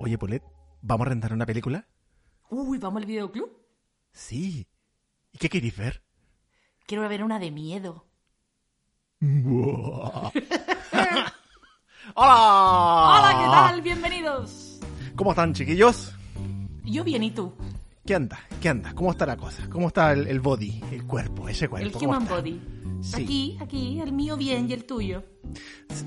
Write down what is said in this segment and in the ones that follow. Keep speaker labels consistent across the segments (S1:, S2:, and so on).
S1: Oye, Polet, ¿vamos a rentar una película?
S2: Uy, ¿vamos al videoclub?
S1: Sí. ¿Y qué queréis ver?
S2: Quiero ver una de miedo.
S1: ¡Hola! Ah.
S2: Hola, ¿qué
S1: ¡Hola!
S2: tal? Bienvenidos.
S1: ¿Cómo están, chiquillos?
S2: Yo bien, ¿y tú?
S1: ¿Qué anda? ¿Qué anda? ¿Cómo está la cosa? ¿Cómo está el, el body? El cuerpo, ese cuerpo.
S2: El
S1: ¿cómo
S2: human
S1: está?
S2: body.
S1: Sí.
S2: Aquí, aquí, el mío bien y el tuyo.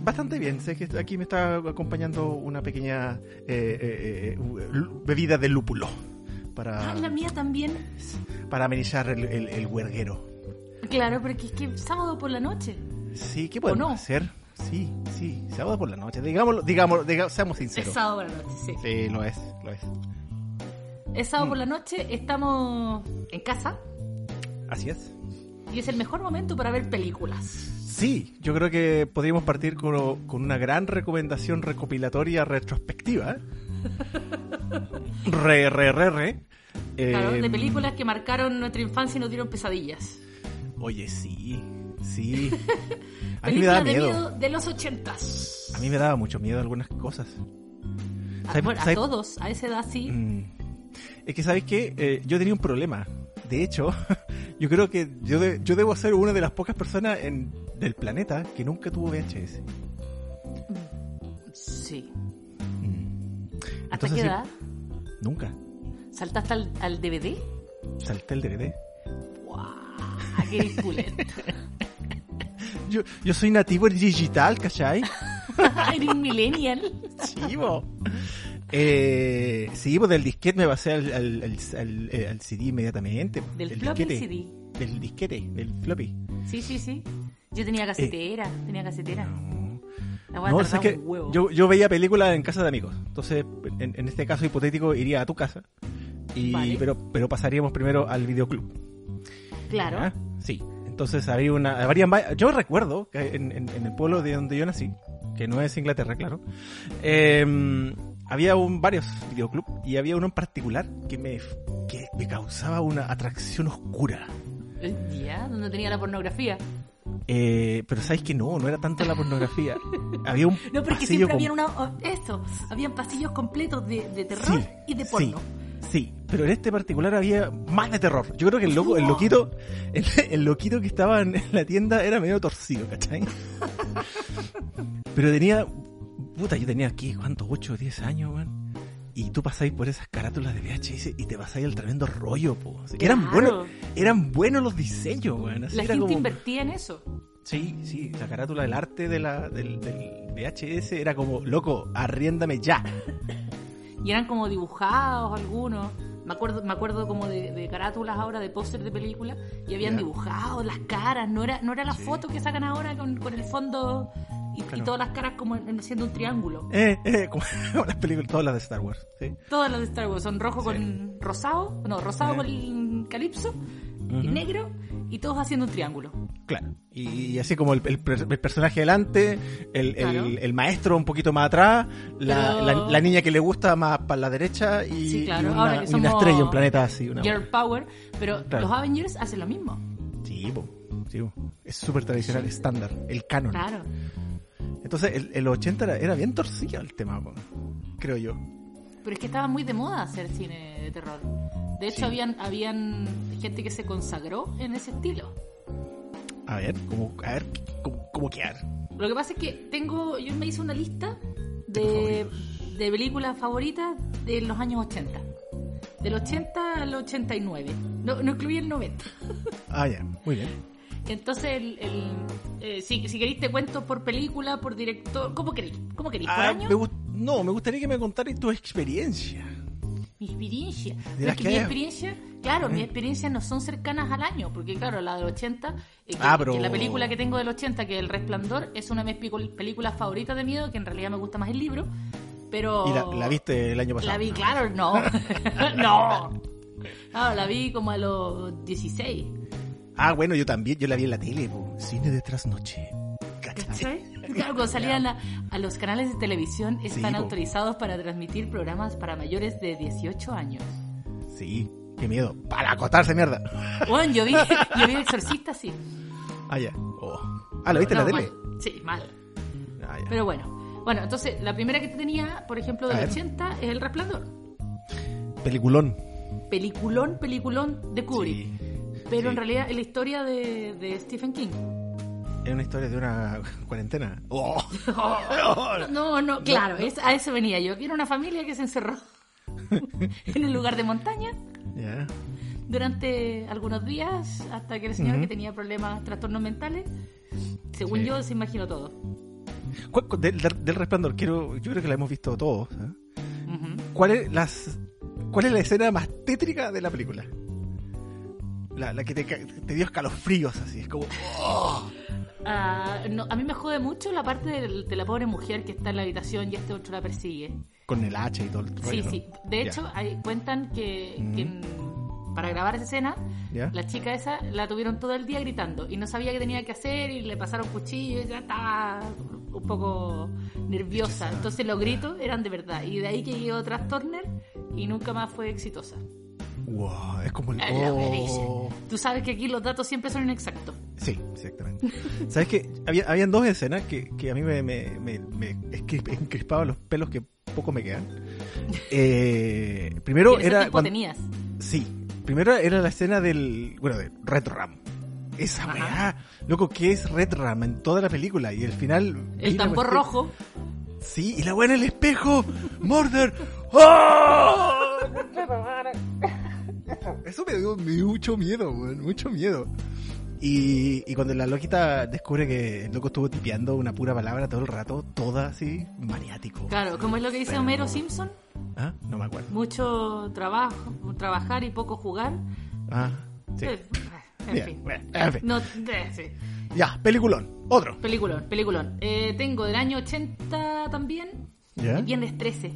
S1: Bastante bien. Sé que aquí me está acompañando una pequeña eh, eh, eh, lu- bebida de lúpulo para,
S2: Ah, la mía también.
S1: para amenizar el, el, el huerguero.
S2: Claro, porque es que sábado por la noche.
S1: Sí, ¿qué podemos
S2: no?
S1: hacer? Sí, sí, sábado por la noche. Digámoslo, digámoslo, diga- seamos sinceros.
S2: Es sábado por la noche, sí.
S1: Sí, lo es, lo es.
S2: Es sábado
S1: Mm.
S2: por la noche, estamos en casa
S1: Así es.
S2: y es el mejor momento para ver películas.
S1: Sí, yo creo que podríamos partir con, con una gran recomendación recopilatoria retrospectiva. Re, re, re, re.
S2: Claro,
S1: Eh,
S2: de películas que marcaron nuestra infancia y nos dieron pesadillas.
S1: Oye, sí, sí. A mí me daba
S2: películas de
S1: miedo.
S2: miedo de los ochentas.
S1: A mí me daba mucho miedo algunas cosas.
S2: A,
S1: ¿Sabes-
S2: bueno, a
S1: sabes-
S2: todos, a esa edad sí.
S1: Mm. Es que, ¿sabes qué? Eh, yo tenía un problema. De hecho, yo creo que yo, de- yo debo ser una de las pocas personas en- del planeta que nunca tuvo VHS.
S2: Sí.
S1: Mm.
S2: ¿Hasta
S1: Entonces,
S2: qué
S1: sí,
S2: edad?
S1: Nunca.
S2: ¿Saltaste al, al DVD?
S1: Salté el DVD.
S2: ¡Guau! ¡Qué disculento!
S1: Yo, yo soy nativo digital, ¿cachai?
S2: Eres un millennial.
S1: Sí, bo. Eh, sí, bo, del disquete me pasé al, al, al, al- eh, al CD inmediatamente.
S2: Del
S1: El
S2: floppy al
S1: disquete.
S2: CD.
S1: Del disquete, del floppy.
S2: Sí, sí, sí. Yo tenía casetera, tenía casetera. La voy
S1: Eh.
S2: a
S1: No,
S2: tardar
S1: es que
S2: un huevo.
S1: yo, yo veía películas en casa de amigos. Entonces, en, en este caso hipotético, iría a tu casa. Y,
S2: Vale.
S1: pero, pero pasaríamos primero al videoclub.
S2: Claro.
S1: ¿ah? Sí. Entonces habría una. habrían va- yo recuerdo que en, en- en el pueblo de donde yo nací, que no es Inglaterra, claro, eh, había un, varios videoclub y había uno en particular que me, que me causaba una atracción oscura.
S2: Eh, Ya, donde tenía la pornografía.
S1: Eh, pero sabes que no, no era tanto la pornografía. había un.
S2: No, porque
S1: pasillo
S2: siempre
S1: con-
S2: había una. oh, Esto, habían pasillos completos de, de terror
S1: Sí,
S2: y de
S1: sí.
S2: porno.
S1: Sí, pero en este particular había más de terror. Yo creo que el loco, el loquito, el, el loquito que estaba en, en la tienda era medio torcido, ¿cachai? Pero tenía, puta, yo tenía aquí, ¿cuánto? ¿8 o 10 años, weón? Y tú pasáis por esas carátulas de VHS y te pasáis el tremendo rollo, po. O sea, Eran
S2: Claro.
S1: buenos, eran buenos los diseños, weón. Así
S2: La
S1: era
S2: gente
S1: como-
S2: invertía en eso.
S1: Sí, sí, la carátula del arte de la, del, del VHS era como, loco, arriéndame ya.
S2: Y eran como dibujados algunos. Me acuerdo, me acuerdo como de, de carátulas ahora, de póster de películas, y habían
S1: Ya.
S2: dibujado las caras, no era, no era la
S1: Sí.
S2: foto que sacan ahora con, con el fondo y, y
S1: Claro.
S2: todas las caras como en- haciendo un triángulo.
S1: Eh, eh, como las películas, todas las de Star Wars, sí.
S2: Todas las de Star Wars son rojo
S1: Sí.
S2: con rosado, no, rosado
S1: Eh.
S2: con calipso, y
S1: Ujú.
S2: negro, y todos haciendo un triángulo.
S1: Claro. Y, y así como el, el per- el personaje delante, el, el-
S2: Claro.
S1: el maestro un poquito más atrás, la,
S2: Pero-
S1: la, la niña que le gusta más para la derecha y,
S2: Sí, claro.
S1: y una,
S2: Ahora que
S1: y
S2: somos
S1: una estrella, un planeta así. Una
S2: Girl Power, pero
S1: Claro.
S2: los Avengers hacen lo mismo.
S1: Sí, po, sí, po. Es súper tradicional, estándar, el canon.
S2: Claro.
S1: Entonces, el, el 80 era, era bien torcido el tema, po, creo yo.
S2: Pero es que estaba muy de moda hacer cine de terror. De hecho,
S1: Sí.
S2: habían, habían gente que se consagró en ese estilo.
S1: A ver, como, a ver, como, como quedar.
S2: Lo que pasa es que tengo, yo me hice una lista de, de películas favoritas de los años 80. Del 80 al 89. No, no incluí el 90.
S1: Ah, ya, muy bien.
S2: Entonces, el, el, eh, si, si queréis, te cuento por película, por director. ¿Cómo queréis? ¿Cómo queréis? ¿Por
S1: Ah,
S2: año?
S1: me gust- no, me gustaría que me contaras tu experiencia.
S2: Mi experiencia. Pero
S1: las
S2: es que
S1: que Eh.
S2: mi
S1: haya-
S2: experiencia, claro, mis experiencias no son cercanas al año, porque claro, la del 80, eh, que-
S1: Ah, pero-
S2: que la película que tengo del 80, que es El Resplandor, es una de mis pico- películas favoritas de miedo, que en realidad me gusta más el libro, pero...
S1: ¿Y la, la viste el año pasado?
S2: La vi, claro, no. no. Ah, la vi como a los 16.
S1: Ah, bueno, yo también, yo la vi en la tele, po. cine de trasnoche. ¿Cachai?
S2: ¿Cachai? Claro, cuando salían a, a los canales de televisión están
S1: po.
S2: autorizados para transmitir programas para mayores de 18 años.
S1: Sí, qué miedo. Para acotarse, mierda.
S2: Bueno, yo vi, yo vi El Exorcista, sí.
S1: Ah, ya. Oh. Ah, ¿la viste en
S2: No,
S1: la tele?
S2: mal. Sí, mal.
S1: Ah, ya.
S2: Pero bueno. Bueno, entonces, la primera que tenía, por ejemplo,
S1: A
S2: del
S1: ver.
S2: 80 es El Resplandor.
S1: Peliculón.
S2: Peliculón, peliculón de Kubrick.
S1: Sí.
S2: Pero
S1: Sí.
S2: en realidad es la historia de, de Stephen King.
S1: Es una historia de una cuarentena. Oh.
S2: No, no, claro, es- a eso venía yo. Que era una familia que se encerró en un lugar de montaña
S1: Ya.
S2: durante algunos días hasta que el señor
S1: Ujú.
S2: que tenía problemas, trastornos mentales, según
S1: Sí.
S2: yo, se imaginó todo.
S1: ¿Cuál- cu- del, del- del resplandor, quiero, yo creo que la hemos visto todos. ¿eh?
S2: Ujú.
S1: ¿Cuál es, las, ¿Cuál es la escena más tétrica de la película? La, la que te, ca- te dio escalofríos así, es como...
S2: Ah, no, a mí me jode mucho la parte del- de, la pobre mujer que está en la habitación y este otro la persigue.
S1: Con el hacha y todo el
S2: Sí,
S1: rollo,
S2: sí.
S1: ¿no? Ya.
S2: De hecho, ahí cuentan que, que en- para grabar esa escena,
S1: Ya.
S2: la chica esa la tuvieron todo el día gritando y no sabía qué tenía que hacer y le pasaron cuchillo y ya estaba un poco nerviosa.
S1: Rechazada.
S2: Entonces los gritos eran de verdad. Y de ahí que llegó Trastorner y nunca más fue exitosa.
S1: Wow, es como el...
S2: Es la
S1: oh.
S2: buenísima. Tú sabes que aquí los datos siempre son inexactos.
S1: Sí, exactamente. ¿Sabes qué? Había, habían dos escenas que, que a mí me, me, me- me escri- encrispaban los pelos que poco me quedan. Eh, primero
S2: ¿Qué
S1: era...
S2: tiempo
S1: cuan-
S2: tenías?
S1: sí, primero era la escena del... Bueno, de Red Ram. Esa
S2: Ajá.
S1: weá. Loco, ¿qué es Red Ram en toda la película? Y al final...
S2: El tambor
S1: rojo
S2: rojo.
S1: Sí, y la weá en el espejo. Murder. ¡Oh! Eso me dio mucho miedo, weón. Mucho miedo. Y, y cuando la loquita descubre que el loco estuvo tipeando una pura palabra todo el rato, toda así, maniático.
S2: Claro, como es lo que dice
S1: Pero-
S2: Homero Simpson,
S1: Ah, No me acuerdo.
S2: mucho trabajo, trabajar y poco jugar.
S1: Ah, sí.
S2: Eh, En
S1: Bien,
S2: fin.
S1: bueno, en fin.
S2: No, eh, sí.
S1: Ya, peliculón. Otro.
S2: Peliculón, peliculón. Eh, tengo del año 80 también,
S1: ¿Ya?
S2: Viernes 13.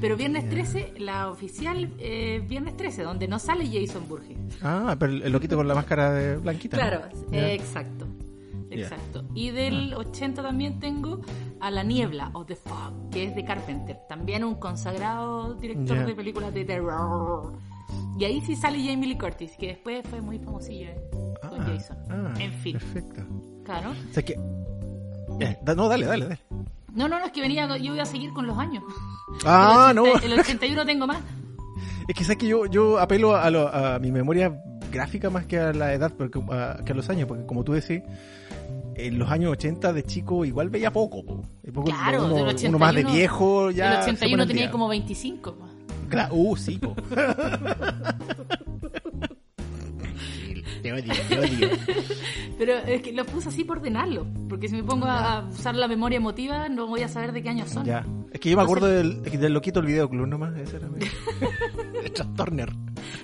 S2: Pero Viernes 13, la oficial eh, Viernes 13, donde no sale Jason Burgess.
S1: Ah, pero el loquito con la máscara de blanquita. ¿no?
S2: Claro,
S1: Ya.
S2: eh, exacto.
S1: Ya. Ah.
S2: Exacto. Y del 80 también tengo a La Niebla o The Fog, que es de Carpenter, también un consagrado director
S1: Ya.
S2: de películas de terror. Y ahí sí sale Jamie Lee Curtis, que después fue muy famosilla eh, con
S1: Ah,
S2: Jason.
S1: ah,
S2: en fin,
S1: Perfecto.
S2: claro.
S1: O sea que. Eh, da- no, dale, dale, dale.
S2: No, no, no, es que venía, yo voy a seguir con los años.
S1: Ah,
S2: el
S1: no.
S2: 80 El 81 tengo
S1: eh,
S2: más.
S1: Es que sabes que yo, yo apelo a, lo- a mi memoria gráfica más que a la edad, porque, a, que a los años, porque como tú decís, en los años 80 de chico igual veía poco. po. Y poco
S2: Claro,
S1: uno,
S2: del
S1: uno más de
S2: 81,
S1: viejo ya.
S2: el
S1: se pone
S2: 81
S1: al
S2: tenía
S1: día.
S2: como 25. po.
S1: Cla- uh, sí, po. Sí, Te odio, te odio.
S2: Pero es que los puse así por ordenarlo. Porque si me pongo a a usar la memoria emotiva, no voy a saber de qué años son.
S1: Ya. Es que yo me acuerdo del, del loquito del videoclub nomás, ese era mi... el trastorner.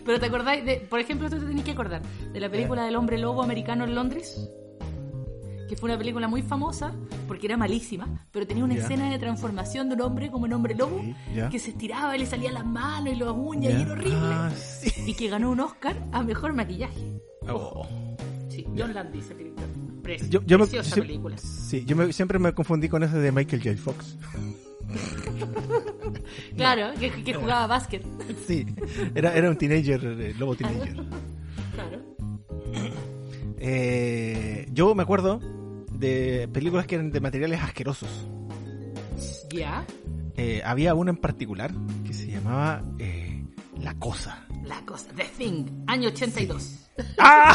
S2: Pero te acordáis, de, por ejemplo, tú te tenés que acordar de la película del hombre lobo americano en Londres, que fue una película muy famosa porque era malísima, pero tenía una
S1: Ya.
S2: escena de transformación de un hombre como un hombre lobo
S1: Sí, ya.
S2: que se estiraba y le salían las manos y las uñas y
S1: Ya.
S2: era horrible.
S1: Ah, sí.
S2: Y que ganó un Oscar a mejor maquillaje.
S1: Oh.
S2: Sí, John Landis, el director. Pre-
S1: Yo, yo me,
S2: preciosa
S1: siem-
S2: película.
S1: Sí, yo me- siempre me confundí con ese de Michael J. Fox.
S2: Claro, que, que jugaba básquet.
S1: Sí, era, era un teenager, eh, lobo teenager.
S2: Claro.
S1: Eh, yo me acuerdo de películas que eran de materiales asquerosos.
S2: Ya,
S1: Eh, había una en particular que se llamaba eh, La Cosa.
S2: la cosa. The Thing, año 82. Claro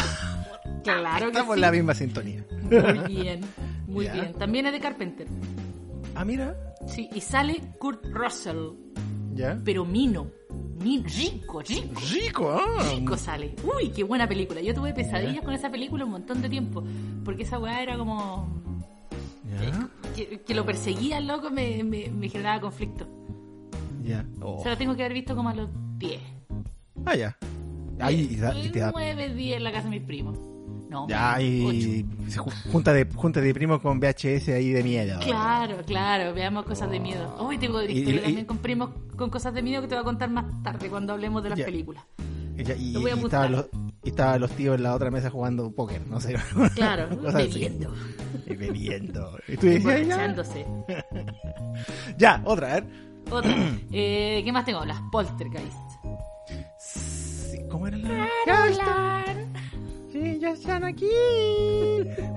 S2: que
S1: ¡Ah! Estamos
S2: sí.
S1: en la misma sintonía.
S2: Muy bien, muy
S1: Ya.
S2: bien. También es de Carpenter.
S1: Ah, mira.
S2: Sí, y sale Kurt Russell,
S1: Ya.
S2: pero mino. Ni- rico, rico.
S1: Rico, ah.
S2: Rico sale. Uy, qué buena película. Yo tuve pesadillas con esa película un montón de tiempo. Porque esa weá era como.
S1: Ya,
S2: Que, que lo perseguía, loco, me, me, me generaba conflicto.
S1: ya. Oh.
S2: O sea, la tengo que haber visto como a los 10.
S1: Ah, ya. Ahí y da- y te da.
S2: 9, 10 en la casa de mis primos. No,
S1: Ya, y. se ju- Junta de, junta de primos con VHS ahí de miedo.
S2: 8. Claro, claro, veamos cosas de miedo. Hoy tengo otra
S1: Y-
S2: historia
S1: y-
S2: también con primos con cosas de miedo que te voy a contar más tarde cuando hablemos de las
S1: Ya.
S2: películas.
S1: Y, ya- y-
S2: Lo voy a
S1: y estaban los,
S2: apuntar.
S1: y estaban los tíos en la otra mesa jugando póker, no sé.
S2: Claro,
S1: cosas así.
S2: bebiendo,
S1: Y bebiendo. Y tú decías, ya,
S2: emborrachándose.
S1: ya, otra, a ver.
S2: Otra. Eh, ¿Qué más tengo? Las poltergeist.
S1: Sí, ¿Cómo era la.? ¡Ya Sí, ya están aquí.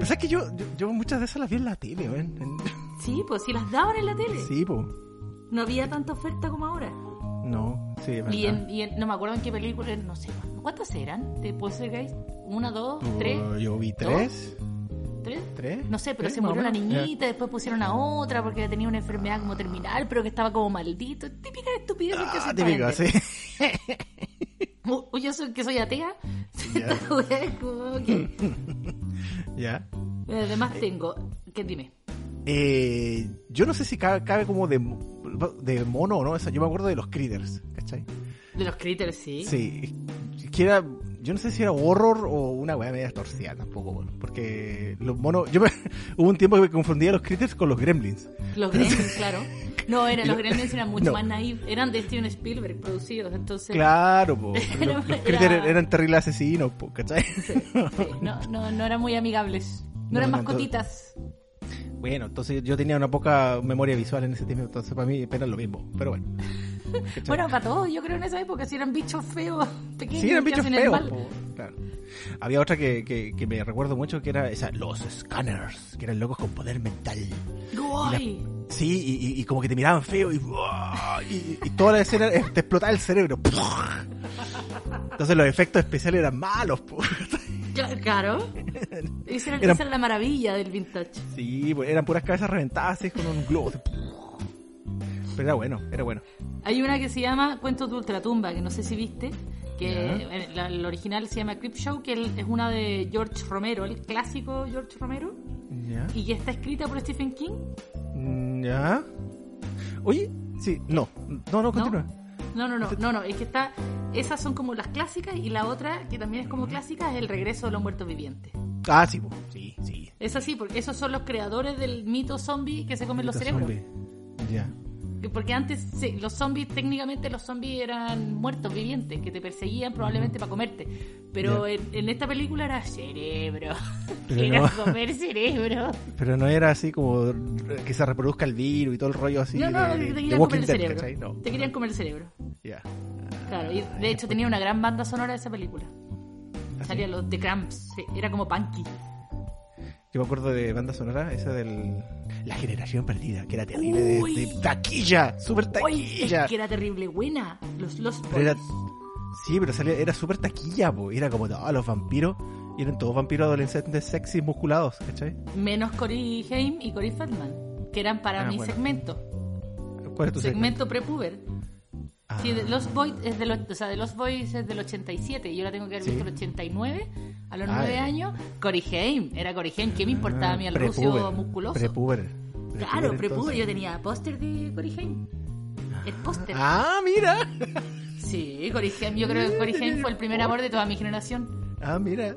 S1: O sea que yo, yo, yo muchas de esas las vi en la tele, ¿ven? En-
S2: Sí, pues si las daban en la tele.
S1: Sí, po.
S2: No había tanta oferta como ahora.
S1: No, sí, es verdad.
S2: Y, en, y en- no me acuerdo en qué película, no sé. ¿Cuántas eran de Poltergeist? ¿Una, dos,
S1: Uh,
S2: tres?
S1: Yo vi tres.
S2: ¿Tres?
S1: ¿Tres?
S2: No sé, pero
S1: Tres,
S2: se
S1: más o
S2: murió una
S1: menos. Ya.
S2: niñita, después pusieron a otra porque tenía una enfermedad como terminal, pero que estaba como maldito. Típica estupidez que
S1: Ah,
S2: se
S1: típico, sí.
S2: aprende. U- Yo soy, que soy atea.
S1: Ya.
S2: esta weá es como que- eh,
S1: ya.
S2: Además tengo... ¿Qué dime?
S1: Eh, yo no sé si cabe, cabe como de, de mono o no. Esa, yo me acuerdo de los Critters, ¿cachai?
S2: De los critters, sí.
S1: Sí. Que era, yo no sé si era horror o una weá media torcida tampoco, bueno, porque los monos. Yo me- hubo un tiempo que me confundía los critters con los gremlins.
S2: Los gremlins, claro. No, eran,
S1: Y
S2: los
S1: lo-
S2: gremlins eran mucho
S1: No.
S2: más naive. Eran de Steven Spielberg producidos, entonces...
S1: Claro, po. Los, los critters
S2: Era-
S1: eran terribles asesinos, po, ¿cachai?
S2: Sí, no, no, no eran muy amigables. No,
S1: No,
S2: eran
S1: no,
S2: mascotitas.
S1: Bueno, entonces yo tenía una poca memoria visual en ese tiempo, entonces para mí era lo mismo. Pero bueno. ¿cachai?
S2: Bueno, para todos, yo creo en esa época, si eran bichos feos, pequeños.
S1: Sí, eran
S2: que
S1: bichos
S2: hacen el
S1: feos.
S2: mal.
S1: po, claro. Había otra que, que, que me recuerdo mucho que era esa, los scanners, que eran locos con poder mental.
S2: Guay.
S1: Sí, y, y- y como que te miraban feo y, ¡buah! y, y toda la escena eh, te explotaba el cerebro. Entonces los efectos especiales eran malos. po.
S2: Cla- Claro. Esa era,
S1: Eran-
S2: esa era la maravilla del vintage.
S1: Sí, pues, eran puras cabezas reventadas así, con un globo. así. Pero era bueno, era bueno.
S2: Hay una que se llama Cuentos de Ultratumba, que no sé si viste. Que
S1: Ya.
S2: eh, la, la original se llama Crip Show, que el- es una de George Romero, el clásico George Romero,
S1: Ya.
S2: y que está escrita por Stephen King.
S1: Ya. Oye, sí, no. No, no, continúa.
S2: No, no, no, no, no, es que está. Esas son como las clásicas, y la otra, que también es como clásica, es El regreso de los muertos vivientes.
S1: Ah, sí, po. sí, sí.
S2: Es así, porque esos son los creadores del mito zombie que se comen los cerebros.
S1: Zombie. Ya.
S2: Porque antes sí, los zombies, técnicamente los zombies eran muertos vivientes, que te perseguían probablemente para comerte. Pero
S1: Ya.
S2: en, en esta película era cerebro.
S1: Pero
S2: era
S1: no.
S2: comer cerebro.
S1: Pero no era así como que se reproduzca el virus y todo el rollo así.
S2: no, no,
S1: de-
S2: te
S1: de Walking
S2: querían comer el
S1: Dead,
S2: cerebro.
S1: ¿cachai? No.
S2: Te querían comer el cerebro.
S1: Ya.
S2: Claro, y de hecho tenía una gran banda sonora de esa película.
S1: ¿Ah,
S2: Salían los The Cramps, sí, era como punky.
S1: Yo me acuerdo de banda sonora, esa del. La generación perdida, que era terrible de,
S2: Uy.
S1: de taquilla, súper
S2: Oye,
S1: taquilla.
S2: es que era terrible buena. Los Los
S1: Pero era- sí, pero salía, era súper taquilla, po. Era como todos los vampiros. Y eran todos vampiros adolescentes sexy musculados, ¿cachai?
S2: menos Cory Haim y Cory Feldman, que eran para
S1: Ah,
S2: mi
S1: bueno.
S2: segmento.
S1: ¿Cuál es tu
S2: segmento prepuber.
S1: Ah.
S2: Sí, de Lost Boys es de los, o sea, de Lost Boys es del 87, yo la tengo que haber
S1: Sí.
S2: visto el 89, a los
S1: Ah,
S2: 9
S1: ya.
S2: años, Cory Haim, era Cory Haim, ¿qué me importaba a mí al
S1: Ah, Prepuber,
S2: rucio musculoso?
S1: Prepuber.
S2: claro, prepuber,
S1: entonces.
S2: yo este. tenía póster de Cory Haim. El póster.
S1: Ah, mira.
S2: Sí, Cory Haim, yo creo que Cory Haim fue el primer amor de toda mi generación.
S1: Ah, mira.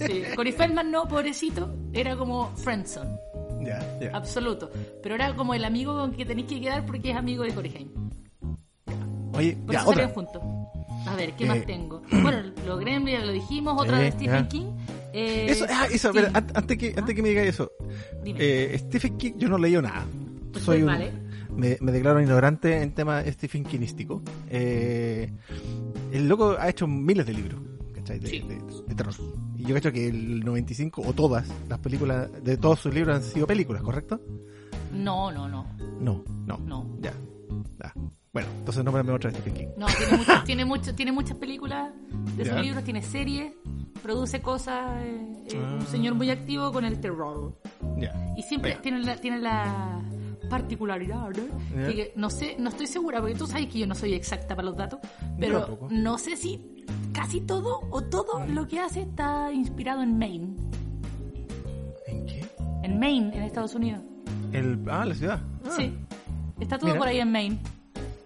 S2: Sí, Cory Feldman no, pobrecito, era como friendzone,
S1: Ya, ya.
S2: absoluto, pero era como el amigo con que tenéis que quedar porque es amigo de Cory Haim.
S1: Oye,
S2: Por
S1: ya,
S2: eso
S1: otra.
S2: salieron juntos. A ver, ¿qué
S1: Eh,
S2: más tengo? Bueno, los Gremlins ya lo dijimos, otra
S1: Sí,
S2: de Stephen
S1: ya.
S2: King. Eh,
S1: Eso, ah, eso,
S2: sí, Ah.
S1: espera, an- antes que, antes que me diga eso.
S2: Dime.
S1: Eh, Stephen King, yo no he leído nada.
S2: Pues
S1: Soy un-
S2: vale.
S1: me, me declaro ignorante en tema Stephen Kingístico. Eh, el loco ha hecho miles de libros, ¿cachai? De,
S2: Sí.
S1: de- de terror. Y yo creo que el 95 o todas las películas de todos sus libros han sido películas, ¿correcto?
S2: No, no, no.
S1: No, no.
S2: No.
S1: Ya. Ya. Bueno, entonces nómbrame otra de Stephen King.
S2: No, tiene, muchas- tiene, mucho- tiene muchas películas de sus
S1: Ya.
S2: libros, tiene series, produce cosas. eh, eh,
S1: Ah.
S2: Un señor muy activo con el terror.
S1: Ya.
S2: Y siempre
S1: Venga.
S2: tiene la, tiene la particularidades
S1: Ya.
S2: que no sé, no estoy segura, porque tú sabes que yo no soy exacta para los datos, pero
S1: tampoco. Mm.
S2: no sé si casi todo o todo lo que hace está inspirado en Maine.
S1: ¿En qué?
S2: En Maine, en Estados Unidos.
S1: El, ah, la ciudad. Ah,
S2: Sí. Está todo
S1: Mira.
S2: por ahí en Maine.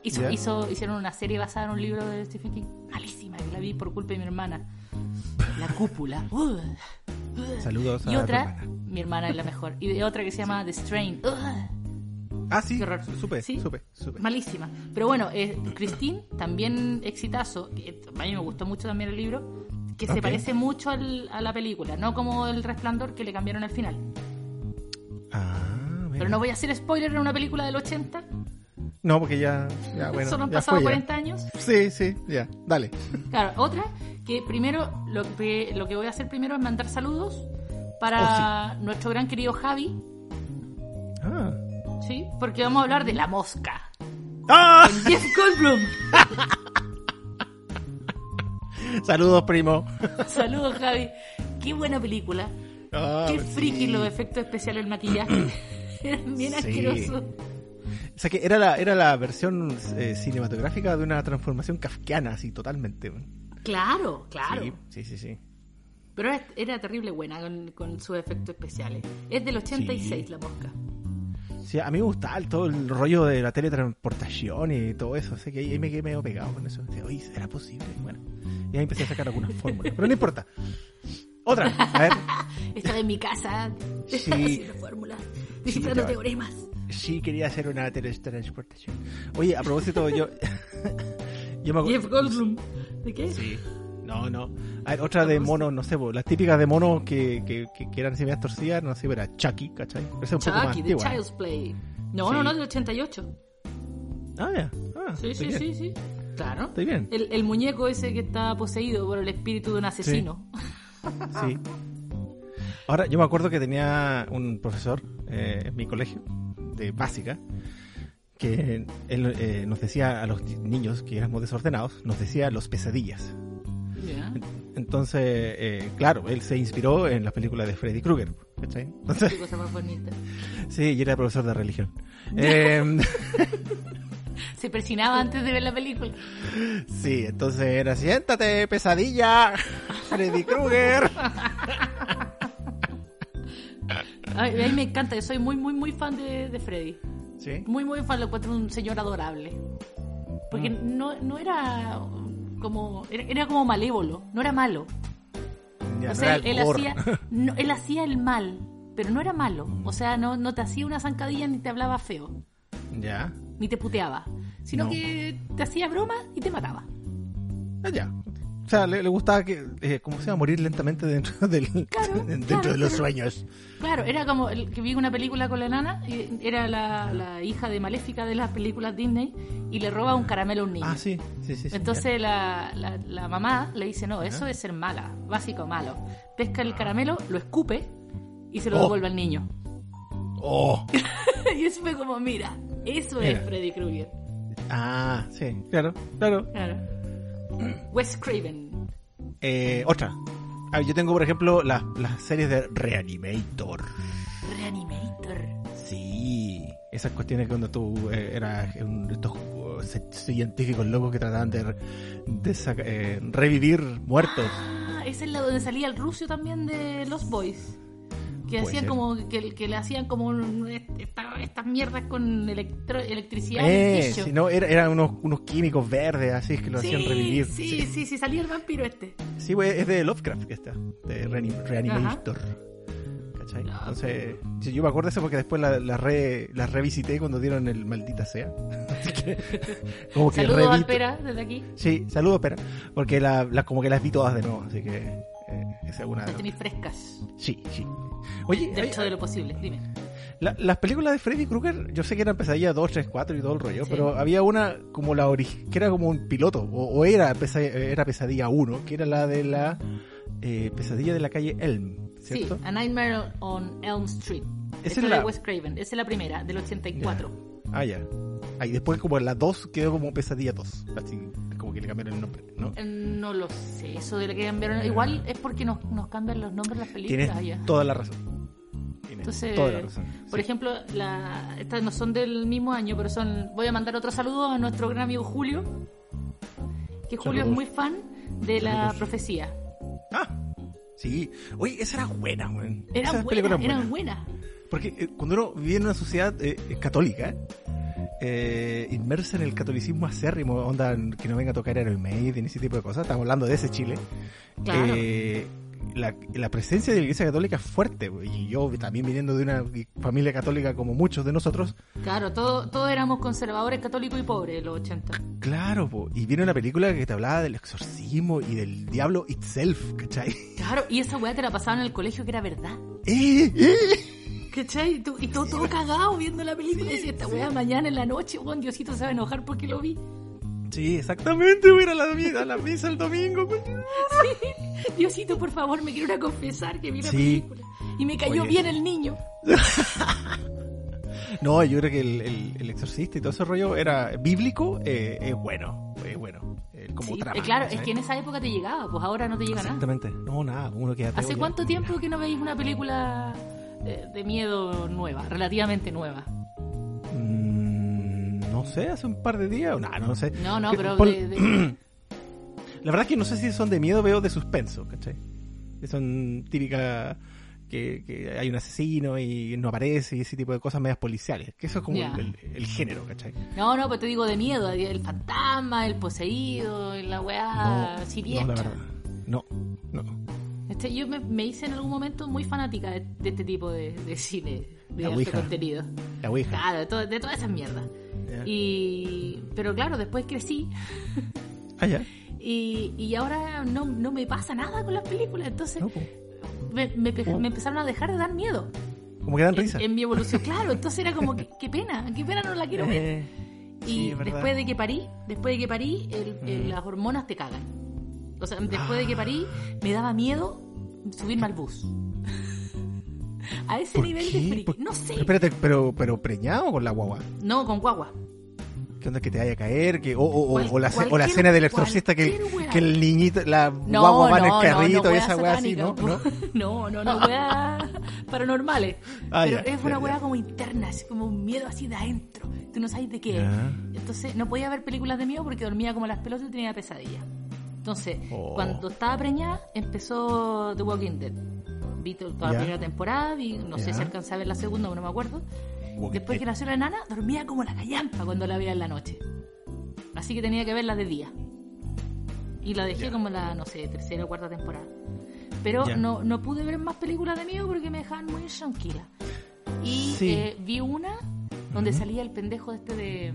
S2: Hizo,
S1: Ya.
S2: hizo- hicieron una serie basada en un libro de Stephen King. Malísima, que la vi por culpa de mi hermana. La cúpula. Uh.
S1: Saludos a
S2: y
S1: tu
S2: otra,
S1: hermana.
S2: mi hermana es la mejor. Y de otra que se llama The Strain. Uh.
S1: Ah, sí.
S2: Qué horror.
S1: Supe,
S2: Sí.
S1: supe, supe.
S2: Malísima. Pero bueno, eh, Christine, también exitazo. que A mí me gustó mucho también el libro. Que
S1: Ok.
S2: se parece mucho al- a la película. No como El Resplandor, que le cambiaron al final.
S1: Ah,
S2: Pero no voy a hacer spoiler en una película del 80.
S1: No, porque ya. ya bueno,
S2: Solo han
S1: ya
S2: pasado
S1: fue, ya.
S2: 40 años.
S1: Sí, sí, ya. Dale.
S2: Claro, otra que primero lo que, lo que voy a hacer primero es mandar saludos para
S1: Oh,
S2: nuestro gran querido Javi,
S1: Ah.
S2: ¿sí? Porque vamos a hablar de la mosca.
S1: ¡Ah!
S2: Con Jeff Goldblum.
S1: Saludos, primo.
S2: Saludos, Javi. Qué buena película.
S1: Ah,
S2: Qué
S1: sí.
S2: friki los efectos especiales, el maquillaje. Eran bien
S1: Sí.
S2: asquerosos.
S1: O sea que era la, era la versión eh, cinematográfica de una transformación kafkiana, así totalmente.
S2: Claro, claro.
S1: Sí, sí, sí. sí.
S2: Pero era, era terrible buena con, con sus efectos especiales. Es del 86
S1: Sí.
S2: la mosca.
S1: Sí, a mí me gustaba el- todo el rollo de la teletransportación y todo eso. Así que ahí, ahí me quedé medio pegado con eso. Decía, oye, ¿será posible? Bueno, y ahí empecé a sacar algunas fórmulas. Pero no importa. Otra, a ver.
S2: Estaba en mi casa
S1: Sí.
S2: haciendo fórmulas, descifrando
S1: ya.
S2: teoremas.
S1: Sí, quería hacer una teletransportación. Oye, a propósito, yo. yo me acu-
S2: Jeff Goldblum. ¿De qué?
S1: Sí. No, no. Hay otra de mono, no sé, po, las típicas de mono que, que, que, que eran similares torcidas, no sé, pero era Chucky, ¿cachai? Pero esa es un poco más ¿eh?
S2: Chucky, de
S1: antigua.
S2: Child's Play. No,
S1: Sí.
S2: no, no, del 88.
S1: Ah, ya. Ah,
S2: Sí,
S1: estoy bien.
S2: sí, sí, sí. Claro.
S1: Estoy bien.
S2: El, el muñeco ese que está poseído por el espíritu de un asesino.
S1: Sí. Ahora, yo me acuerdo que tenía un profesor eh, en mi colegio de básica que él eh, nos decía a los niños que éramos desordenados, nos decía los pesadillas.
S2: Ya.
S1: Entonces, eh, claro, él se inspiró en las películas de Freddy Krueger. ¿cachai? Entonces,
S2: Qué cosa más bonita.
S1: sí, y era profesor de religión. Em,
S2: Se persinaba antes de ver la película.
S1: Sí, entonces era siéntate, pesadilla, Freddy Krueger.
S2: Ay, a mí me encanta, yo soy muy, muy, muy fan de, de Freddy.
S1: Sí.
S2: Muy, muy fan, lo encuentro un señor adorable. Porque
S1: Mm.
S2: no, no era como. Era, era como malévolo, no era malo.
S1: Ya,
S2: o
S1: no
S2: sea,
S1: era
S2: él, él
S1: gore.
S2: hacía, no, él hacía el mal, pero no era malo. O sea, no, no te hacía una zancadilla ni te hablaba feo,
S1: Ya.
S2: ni te puteaba, sino
S1: No.
S2: que te hacía broma y te mataba.
S1: Ah, ya. O sea, le, le gustaba que, eh, como se iba a morir lentamente dentro del,
S2: Claro,
S1: dentro
S2: claro,
S1: de los
S2: pero-
S1: sueños.
S2: Claro, era como el que vi una película con la nana, y era la, la hija de Maléfica de las películas Disney y le roba un caramelo a un niño.
S1: Ah, sí, sí, sí. sí,
S2: Entonces la, la- la mamá le dice, no, eso es ser mala, básico malo. Pesca el caramelo, lo escupe y se lo
S1: Oh.
S2: devuelve al niño.
S1: ya. Oh.
S2: y eso fue como, mira, eso
S1: Mira.
S2: es Freddy Krueger.
S1: Ah, sí, claro, claro.
S2: Claro. Wes Craven.
S1: Eh, otra. Ah, yo tengo, por ejemplo, las, las series de Reanimator.
S2: Reanimator.
S1: Sí, esas cuestiones cuando tú eh, eras un- estos uh, ci- científicos locos que trataban de, re- de saca- eh, revivir muertos.
S2: Ah, esa es la donde salía el rucio también de Los Boys. Que
S1: Puede
S2: hacían
S1: ser.
S2: como que, que le hacían como un- esta- estas mierdas con electro- electricidad en el
S1: Eh,
S2: techo.
S1: si no, era- eran unos, unos químicos verdes así que lo
S2: sí,
S1: hacían revivir.
S2: Sí, sí, sí, salía el vampiro este.
S1: Sí, güey, es de Lovecraft esta, de Reani- Reanimator. ¿Cachai?
S2: Lovecraft.
S1: Entonces, sí, yo me acuerdo de eso porque después la, la re- la revisité cuando dieron el maldita sea. Así que, como que
S2: Saludos al
S1: revito-
S2: Pera desde aquí.
S1: Sí, saludos, pero porque la, la- como que las vi todas de nuevo, así que eh, esa es una.
S2: Las tenéis frescas.
S1: Sí, sí. Oye, ay,
S2: Dentro de lo posible, dime.
S1: la- las películas de Freddy Krueger, yo sé que eran pesadilla 2, 3, 4 y todo el rollo,
S2: Sí.
S1: pero había una como la origen, que era como un piloto, o, o era, pesa- era pesadilla 1, que era la de la eh, pesadilla de la calle Elm, ¿cierto?
S2: Sí, A Nightmare on Elm Street.
S1: Esa
S2: Esa
S1: es
S2: es
S1: la-
S2: de Wes Craven. Esa es la primera, del 84.
S1: Ah, ya. Ahí después como la 2 quedó como pesadilla 2, así como que le cambiaron el nombre, ¿no?
S2: Eh, No lo sé, eso de la que cambiaron. Igual es porque nos, nos cambian los nombres de las películas.
S1: Tienes
S2: ya.
S1: toda la razón. Tienes
S2: Entonces,
S1: toda la razón.
S2: por
S1: Sí.
S2: ejemplo, la- estas no son del mismo año, pero son. Voy a mandar otro saludo a nuestro gran amigo Julio, que Julio
S1: Saludos.
S2: es muy fan de la
S1: Saludos.
S2: profecía.
S1: Ah, sí. Oye, esa era buena, weón.
S2: Era
S1: Esas
S2: buena,
S1: películas
S2: era
S1: buenas.
S2: buena.
S1: Porque eh, cuando uno vive en una sociedad eh, eh, católica, eh, inmersa en el catolicismo acérrimo, onda que no venga a tocar Iron Maiden, ese tipo de cosas, estamos hablando de ese Chile,
S2: Claro.
S1: eh, la, la presencia de la iglesia católica es fuerte, güey, y yo también viniendo de una familia católica como muchos de nosotros,
S2: Claro, todos todo éramos conservadores, católicos y pobres los 80.
S1: claro, po, y viene una película que te hablaba del exorcismo y del diablo itself, ¿cachai?
S2: Claro, y esa weá te la pasaban en el colegio que era verdad.
S1: ¡Eh, eh!
S2: ¿Cachai? Y tú- Y todo, todo cagado viendo la película. y decía, esta weá mañana en la noche, weón, Diosito se va a enojar porque lo vi.
S1: Sí, exactamente, güey, a la, mi- a la misa el domingo, coño.
S2: Diosito, por favor, me quiero ir a confesar que vi la
S1: Sí.
S2: película. Y me cayó
S1: Oye.
S2: bien el niño.
S1: No, yo creo que el, el- el exorcista y todo ese rollo era bíblico, eh, es bueno, es bueno. eh, como
S2: Sí,
S1: trama,
S2: eh, claro, es
S1: ¿cachai?
S2: que en esa época te llegaba, pues ahora no te llega nada.
S1: Exactamente. No, nada, pues, uno queda ateo
S2: ¿Hace
S1: ya.
S2: cuánto tiempo que no veis una película de, de miedo nueva, relativamente nueva?
S1: Mm, no sé, hace un par de días, no, no sé.
S2: No, no,
S1: Que-
S2: pero
S1: pon-
S2: de- de-
S1: La verdad es que no sé si son de miedo, veo de suspenso, ¿cachai? Que son típicas que, que hay un asesino y no aparece y ese tipo de cosas medias policiales, que eso es como
S2: Ya.
S1: el, el- el género, ¿cachai?
S2: No, no, pero te digo de miedo, el fantasma, el poseído, la weá
S1: no, la
S2: siniestra.
S1: verdad. No, no.
S2: Este, yo me, me hice en algún momento muy fanática de, de este tipo de, de cine, de
S1: La
S2: alto
S1: Ouija.
S2: contenido.
S1: La Ouija.
S2: Claro, de, to- de todas esas mierdas.
S1: Ya.
S2: Ah, Y, pero claro, después crecí
S1: Ah, ya.
S2: y, y ahora no, no me pasa nada con las películas, entonces
S1: No, pues, po.
S2: me, me pe-
S1: Oh.
S2: me empezaron a dejar de dar miedo
S1: como que dan risa.
S2: en, en mi evolución. Claro, entonces era como, que- qué pena, qué pena no la em, quiero ver.
S1: Eh, sí,
S2: Y
S1: es verdad.
S2: después de que parí, después de que parí, el- el-
S1: Mm.
S2: las hormonas te cagan. O sea, después de que parí,
S1: Ah.
S2: me daba miedo subirme al bus. A ese
S1: ¿Por
S2: nivel
S1: qué?
S2: de friki.
S1: ¿Por-
S2: No sé.
S1: Espérate, pero, pero preñado con la guagua.
S2: No, con guagua.
S1: ¿Qué onda que te vaya a caer? Que, o, o- o- o la, ce- o la
S2: Cualquier-
S1: cena del exorcista que,
S2: cualquier weá.
S1: que el niñito, la
S2: No,
S1: guagua va en
S2: no,
S1: el carrito
S2: no, no,
S1: y
S2: weá
S1: esa weá así, ¿no?
S2: satánica,
S1: ¿no?
S2: No, no, no, weá paranormales.
S1: Ah,
S2: Pero
S1: ya,
S2: es
S1: ya,
S2: una
S1: ya.
S2: weá como interna, así como un miedo así de adentro. Tú no sabes de qué. es.
S1: Ya.
S2: Entonces no podía ver películas de miedo porque dormía como las pelotas y tenía pesadilla. Entonces,
S1: Oh.
S2: cuando estaba preñada, empezó The Walking Dead. Vi to- toda
S1: Ya.
S2: la primera temporada, vi, no sé
S1: Ya.
S2: si alcancé a ver la segunda, no me acuerdo.
S1: Walking
S2: Después
S1: Dead.
S2: que nació la nana, dormía como la callampa cuando la veía en la noche. Así que tenía que verla de día. Y la dejé
S1: Ya.
S2: como la, no sé, tercera o cuarta temporada. Pero
S1: Ya.
S2: no, no pude ver más películas de miedo porque me dejaban muy tranquila. Y
S1: Sí.
S2: eh, vi una donde
S1: Ujú.
S2: salía el pendejo este de,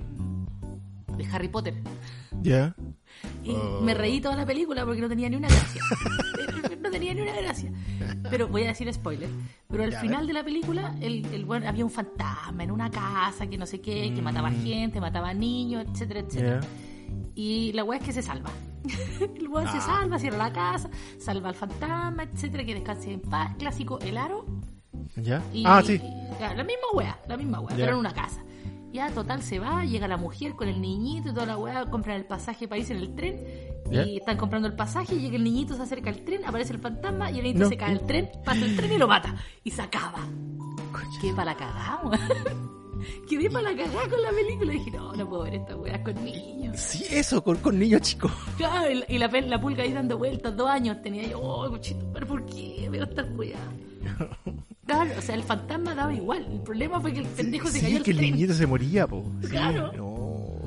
S2: de Harry Potter.
S1: Ya.
S2: Y
S1: Oh.
S2: me reí toda la película porque no tenía ni una gracia. no tenía ni una gracia. Pero voy a decir spoiler. Pero al
S1: Ya, a
S2: final de la película, el, el buen- había un fantasma en una casa que no sé qué, que mataba gente, mataba niños, etcétera, etcétera.
S1: Mm. Ya.
S2: Y la weá es que se salva. el weón se
S1: Ah.
S2: salva, cierra la casa, salva al fantasma, etcétera, que descanse en paz. Clásico, el aro.
S1: Ya.
S2: Y,
S1: Ah, sí.
S2: ya, la misma weá, la misma weá,
S1: Ya.
S2: pero en una casa. Ya, total, se va, llega la mujer con el niñito y toda la weá, compran el pasaje para irse en el tren.
S1: Ya.
S2: Y están comprando el pasaje, llega el niñito, se acerca al tren, aparece el fantasma y el niñito
S1: No.
S2: se cae al tren, pasa el tren y lo mata. Y se acaba. Qué para la cagada, weón. Quedé para la cagada con la película. Y dije, no, no puedo ver esta weá con niños.
S1: Sí, eso, con, con niños chicos.
S2: Claro, y la- y la, pel- la pulga ahí dando vueltas, dos años tenía yo, oh, cuchito, pero ¿por qué veo estas weas? Claro, o sea, el fantasma daba igual. El problema fue que el pendejo se cayó
S1: Sí,
S2: al
S1: que el
S2: tren.
S1: niñito se moría, po. Sí,
S2: Claro.
S1: No.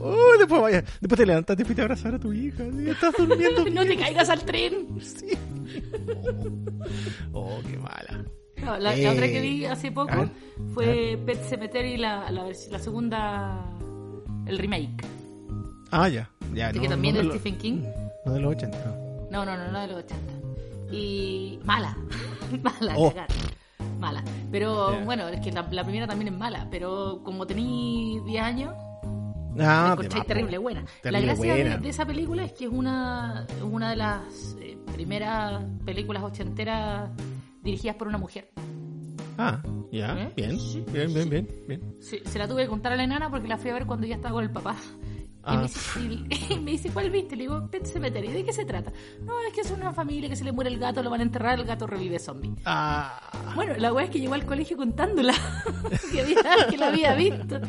S1: Oh, después vaya, después te levantaste y fuiste a abrazar a tu hija. sí, Estás durmiendo.
S2: No te caigas al tren.
S1: Sí. Oh, qué mala.
S2: Claro, la, la
S1: Eh,
S2: otra que vi hace poco
S1: a ver,
S2: fue Pet Cemetery, la, la, vers- la segunda, el remake.
S1: Ah, ya. ya
S2: Así
S1: no,
S2: que también
S1: no
S2: es
S1: de lo-
S2: Stephen King.
S1: No de los 80. no.
S2: No, no, no, no de los 80. Y mala. mala,
S1: Oh.
S2: cagar. Mala. Pero
S1: Ya.
S2: bueno, es que la, la primera también es mala, pero como tení 10 años,
S1: Ah, de
S2: la encontré
S1: más, po.
S2: terrible buena. la
S1: Terrible
S2: gracia de-
S1: buena.
S2: De, esa película es que es una, es una de las eh, primeras películas ochenteras dirigidas por una mujer.
S1: Ah, ya,
S2: ¿Eh?
S1: bien,
S2: Sí,
S1: bien, bien,
S2: sí.
S1: bien, bien.
S2: Sí, se la tuve que contar a la enana porque la fui a ver cuando ya estaba con el papá. Y,
S1: Ah,
S2: me dice, y- y me dice, ¿cuál viste? Le digo, Pet Cemetery. ¿De qué se trata? No, es que es una familia que se le muere el gato, lo van a enterrar, el gato revive zombie.
S1: Ah,
S2: Bueno, la weá es que llegó al colegio contándola. que, había- que la había visto.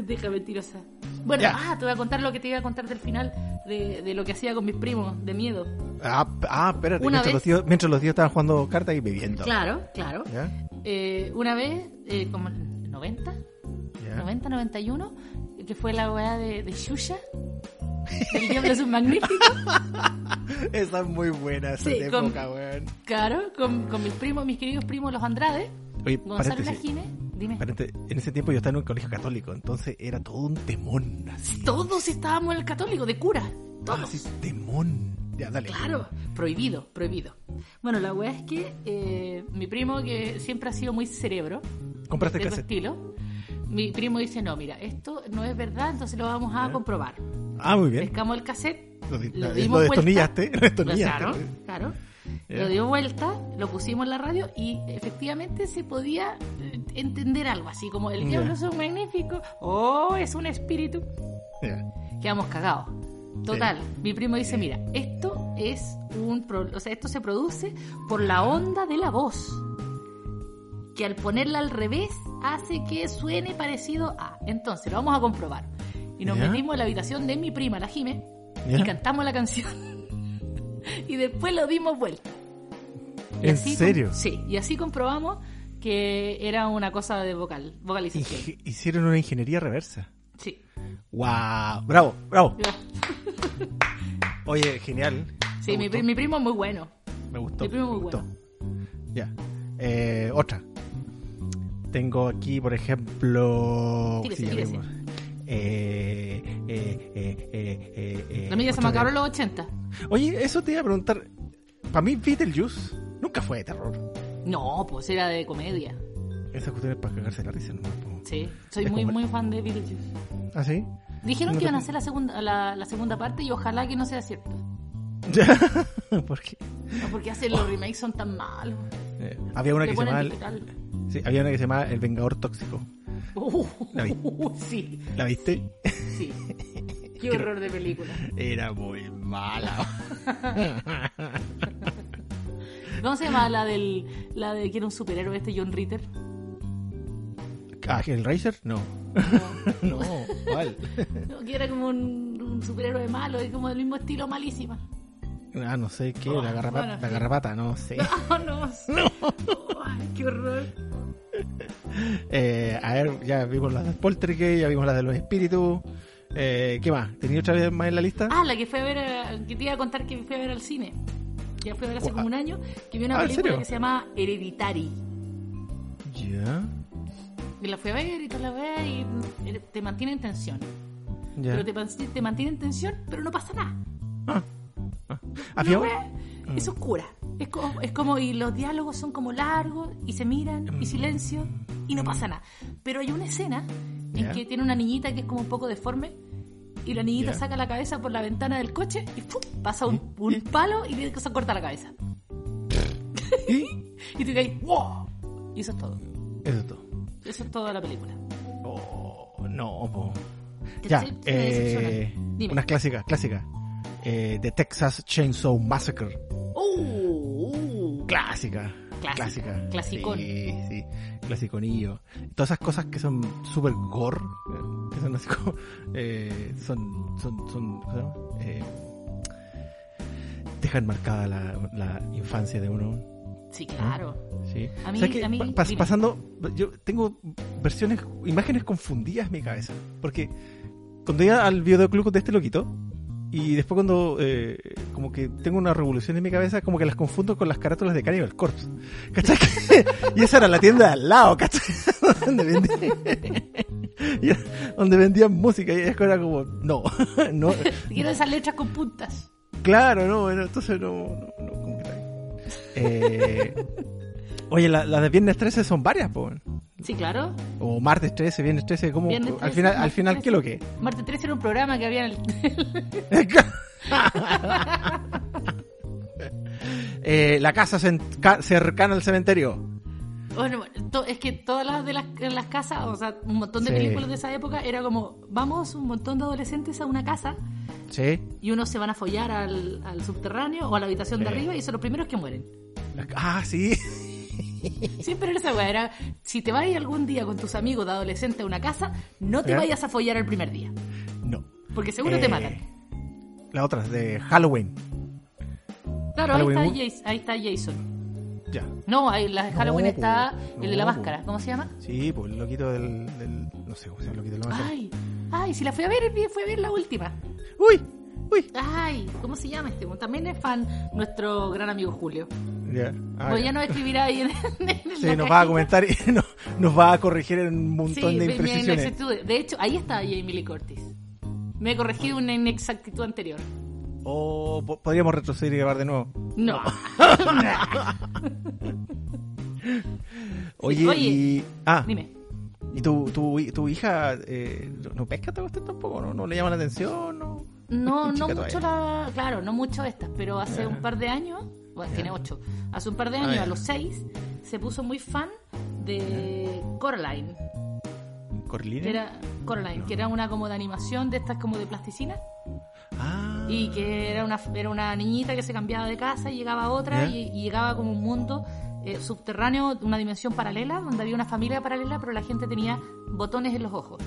S2: Deja mentirosa. Bueno,
S1: Ya.
S2: ah, te voy a contar lo que te iba a contar del final de, de lo que hacía con mis primos, de miedo.
S1: ah, ah, espérate.
S2: Una
S1: Mientras
S2: vez-
S1: los, tíos, mientras los tíos estaban jugando cartas y bebiendo.
S2: Claro, claro.
S1: ¿Ya?
S2: Eh, una vez, eh, como en 90,
S1: ¿Ya?
S2: 90, 91, que fue la weá de, de Shusha. El diablo es un magnífico.
S1: Esa es muy buena, esa
S2: Sí, con-
S1: época, weón.
S2: Claro, con, con mis primos, mis queridos primos, los Andrade.
S1: Oye,
S2: Gonzalo
S1: paréntesis.
S2: Lajine, dime.
S1: Aparente- en ese tiempo yo estaba en un colegio católico, entonces era todo un temón. Así,
S2: Todos estábamos en el católico, de cura. Todos.
S1: así, temón. Ya, dale.
S2: Claro, prohibido, prohibido. Bueno, la weá es que eh, mi primo, que siempre ha sido muy cerebro,
S1: Compraste
S2: de tu
S1: cassette.
S2: estilo, mi primo dice, no, mira, esto no es verdad, entonces lo vamos a comprobar.
S1: Ah, muy bien.
S2: Pescamos el cassette,
S1: Lo, di-
S2: lo
S1: lo
S2: dimos vuelta.
S1: destornillaste. Lo
S2: lo-
S1: destornillaste.
S2: claro,
S1: weón.
S2: claro.
S1: Ya.
S2: Lo dio vuelta, lo pusimos en la radio y efectivamente se podía eh, entender algo así como el
S1: Ya.
S2: diablo es un magnífico, oh, es un espíritu.
S1: Ya.
S2: quedamos cagados. Total,
S1: Sí.
S2: mi primo dice, mira, esto es un pro- o sea, esto se produce por la onda de la voz, que al ponerla al revés hace que suene parecido a. Entonces, lo vamos a comprobar. Y nos
S1: Ya.
S2: metimos a la habitación de mi prima, la Jime, y
S1: Ya.
S2: cantamos la canción. y después lo dimos vuelta. Y
S1: ¿En
S2: así com-
S1: serio?
S2: Sí, y así comprobamos que era una cosa de vocal, vocalización.
S1: Inge- hicieron una ingeniería reversa.
S2: Sí.
S1: ¡Wow! ¡Bravo! ¡Bravo! Oye, genial.
S2: Sí,
S1: Me
S2: mi,
S1: gustó,
S2: pri- mi primo es muy bueno.
S1: Me gustó.
S2: mi primo
S1: me
S2: muy
S1: gustó.
S2: bueno.
S1: Ya. Eh, otra. Tengo aquí, por ejemplo.
S2: Tírese,
S1: ya
S2: tírese.
S1: vimos. Eh, eh, eh, eh, eh, eh,
S2: La mía se
S1: otra
S2: me acabaron
S1: de-
S2: los 80.
S1: Oye, eso te iba a preguntar. Para mí, Beetlejuice nunca fue de terror.
S2: No, pues era de comedia.
S1: Esas cuestiones para cagarse la risa, no
S2: Sí, soy
S1: Es
S2: muy,
S1: como-
S2: muy fan de Beetlejuice.
S1: ¿Ah, sí?
S2: Dijeron
S1: No te-
S2: que iban a hacer la segunda, la, la segunda parte y ojalá que no sea cierto.
S1: ¿Por qué?
S2: No, porque hacen los remakes son tan malos.
S1: Eh, había una
S2: Te
S1: Oh. que se
S2: ponen
S1: llamaba.
S2: digital.
S1: sí, había una que se llamaba El Vengador Tóxico.
S2: Uh,
S1: La vi.
S2: sí,
S1: ¿La viste?
S2: sí. Qué horror de película.
S1: Era muy mala.
S2: ¿Cómo se llama la del la de que era un superhéroe este John Ritter?
S1: Ah, ¿El Racer? No.
S2: No,
S1: No, ¿cuál?
S2: No, que era como un, un superhéroe malo, es como del mismo estilo malísima.
S1: Ah, no sé qué,
S2: Ah,
S1: la, garrapa-
S2: bueno.
S1: la garrapata, no sé.
S2: Oh, no. Ay, qué horror.
S1: Eh, a ver, ya vimos las del Poltergeist, ya vimos las de los espíritus. Eh, ¿Qué más? ¿Tenía otra vez más en la lista?
S2: Ah, la que fue a ver, a- que te iba a contar que fui a ver al cine. Ya fui a ver hace
S1: Gua-
S2: como un año, que vi una
S1: Ah, ¿en
S2: película
S1: serio?
S2: que se llama Hereditary.
S1: Ya,
S2: Y la fui a ver y toda la weá y mm, er- te mantiene en tensión.
S1: ya.
S2: Pero te, pan- te mantiene en tensión, pero no pasa nada.
S1: Había
S2: La
S1: un-
S2: weá
S1: Mm.
S2: es oscura. Es como, es como, y los diálogos son como largos, y se miran,
S1: Mm.
S2: y silencio, y no pasa nada. Pero hay una escena en
S1: Ya.
S2: que tiene una niñita que es como un poco deforme, y la niñita
S1: Ya.
S2: saca la cabeza por la ventana del coche, y ¡fum! pasa un, un palo y le se corta la cabeza.
S1: ¿Y?
S2: Y tú caes, ¡wow! Y eso es todo.
S1: Eso es todo.
S2: Eso es toda la película.
S1: Oh, no, po.
S2: Que
S1: Ya,
S2: sí, sí me
S1: eh,
S2: decepcionan. Dime.
S1: unas clásicas, clásicas. Eh, The Texas Chainsaw Massacre.
S2: ¡Uh!
S1: Clásica.
S2: Clásica,
S1: Clásica.
S2: clasicón.
S1: Sí, sí. Clasiconillo. Todas esas cosas que son súper gore. eh, Que son así como. eh, son. son, son ¿cómo se llama? Eh, dejan marcada la, la infancia de uno.
S2: Sí, claro.
S1: Sí.
S2: A mí-
S1: ¿Sabes qué?
S2: a mí-
S1: Pa- pas-
S2: dime.
S1: pasando. Yo tengo versiones. Imágenes confundidas en mi cabeza. Porque cuando iba al videoclub de este loquito. Y después cuando eh, como que tengo una revolución en mi cabeza, como que las confundo con las carátulas de Cannibal Corpse. ¿Cachai? y esa era la tienda de al lado, ¿cachai? donde, vendían, y era- donde vendían música. Y es que era como, no, no, Mm.
S2: Quiero esas letras con puntas.
S1: claro, no, bueno, entonces no, no, no, como que está bien. Eh, oye, la- las de viernes 13 son varias, po.
S2: Sí, claro.
S1: O martes 13, viernes 13, como,
S2: Viernes
S1: al
S2: 13,
S1: final, al
S2: martes
S1: final, ¿qué es lo que?
S2: 13. Martes 13 era un programa que había en el...
S1: Eh, la casa cen- ca- cercana al cementerio.
S2: Bueno, to- es que todas las de las, en las casas, o sea, un montón de
S1: Sí.
S2: películas de esa época era como, vamos un montón de adolescentes a una casa
S1: Sí.
S2: y unos se van a follar al, al subterráneo o a la habitación de
S1: Sí.
S2: arriba y son los primeros que mueren.
S1: La- Ah, sí.
S2: Siempre era esa weá, era, si te vas algún día con tus amigos de adolescente a una casa, no te
S1: ¿Eh?
S2: vayas a follar el primer día,
S1: No.
S2: porque seguro
S1: Eh,
S2: te matan.
S1: La otra, de Halloween.
S2: Claro, ahí
S1: Halloween
S2: está,
S1: Oh,
S2: Jason, ahí está Jason.
S1: Ya.
S2: No, ahí, la de Halloween
S1: No,
S2: está
S1: po.
S2: el de la
S1: No, po.
S2: máscara, ¿cómo se llama?
S1: Sí, pues el loquito del, del- No sé cómo se llama el loquito del máscara.
S2: Ay, ay, si la fui a ver, fui a ver la última.
S1: ¡Uy! ¡Uy!
S2: Ay, ¿cómo se llama este? También es fan nuestro gran amigo Julio.
S1: Ya. Ah,
S2: pues
S1: ya.
S2: ya nos escribirá ahí en, en- en
S1: Sí,
S2: la
S1: nos va a
S2: cajita.
S1: comentar y no- nos va a corregir en un
S2: Sí,
S1: montón de
S2: mi- mi
S1: imprecisiones.
S2: inexactitud. De hecho, ahí está Jamie Lee Curtis. Me corregí una inexactitud anterior.
S1: O Oh, po- podríamos retroceder y grabar de nuevo.
S2: No.
S1: Ah. Oye,
S2: oye,
S1: y. Ah,
S2: Dime.
S1: ¿y tu, tu, hi- tu hija eh, no pesca esta cuestión tampoco? ¿no? ¿No le llama la atención? No,
S2: No,
S1: Chica
S2: no mucho
S1: todavía.
S2: la. Claro, no mucho estas, pero hace un par de años, bueno, tiene ocho, hace un par de
S1: Ah,
S2: años,
S1: ya.
S2: a los seis, se puso muy fan de Coraline.
S1: ¿Corline?
S2: Que era Coraline, que era una como de animación de estas como de plasticina.
S1: Ah,
S2: y que era una, era una niñita que se cambiaba de casa y llegaba a otra
S1: ¿Ya?
S2: y, y llegaba como un mundo eh, subterráneo, una dimensión paralela, donde había una familia paralela, pero la gente tenía botones en los ojos.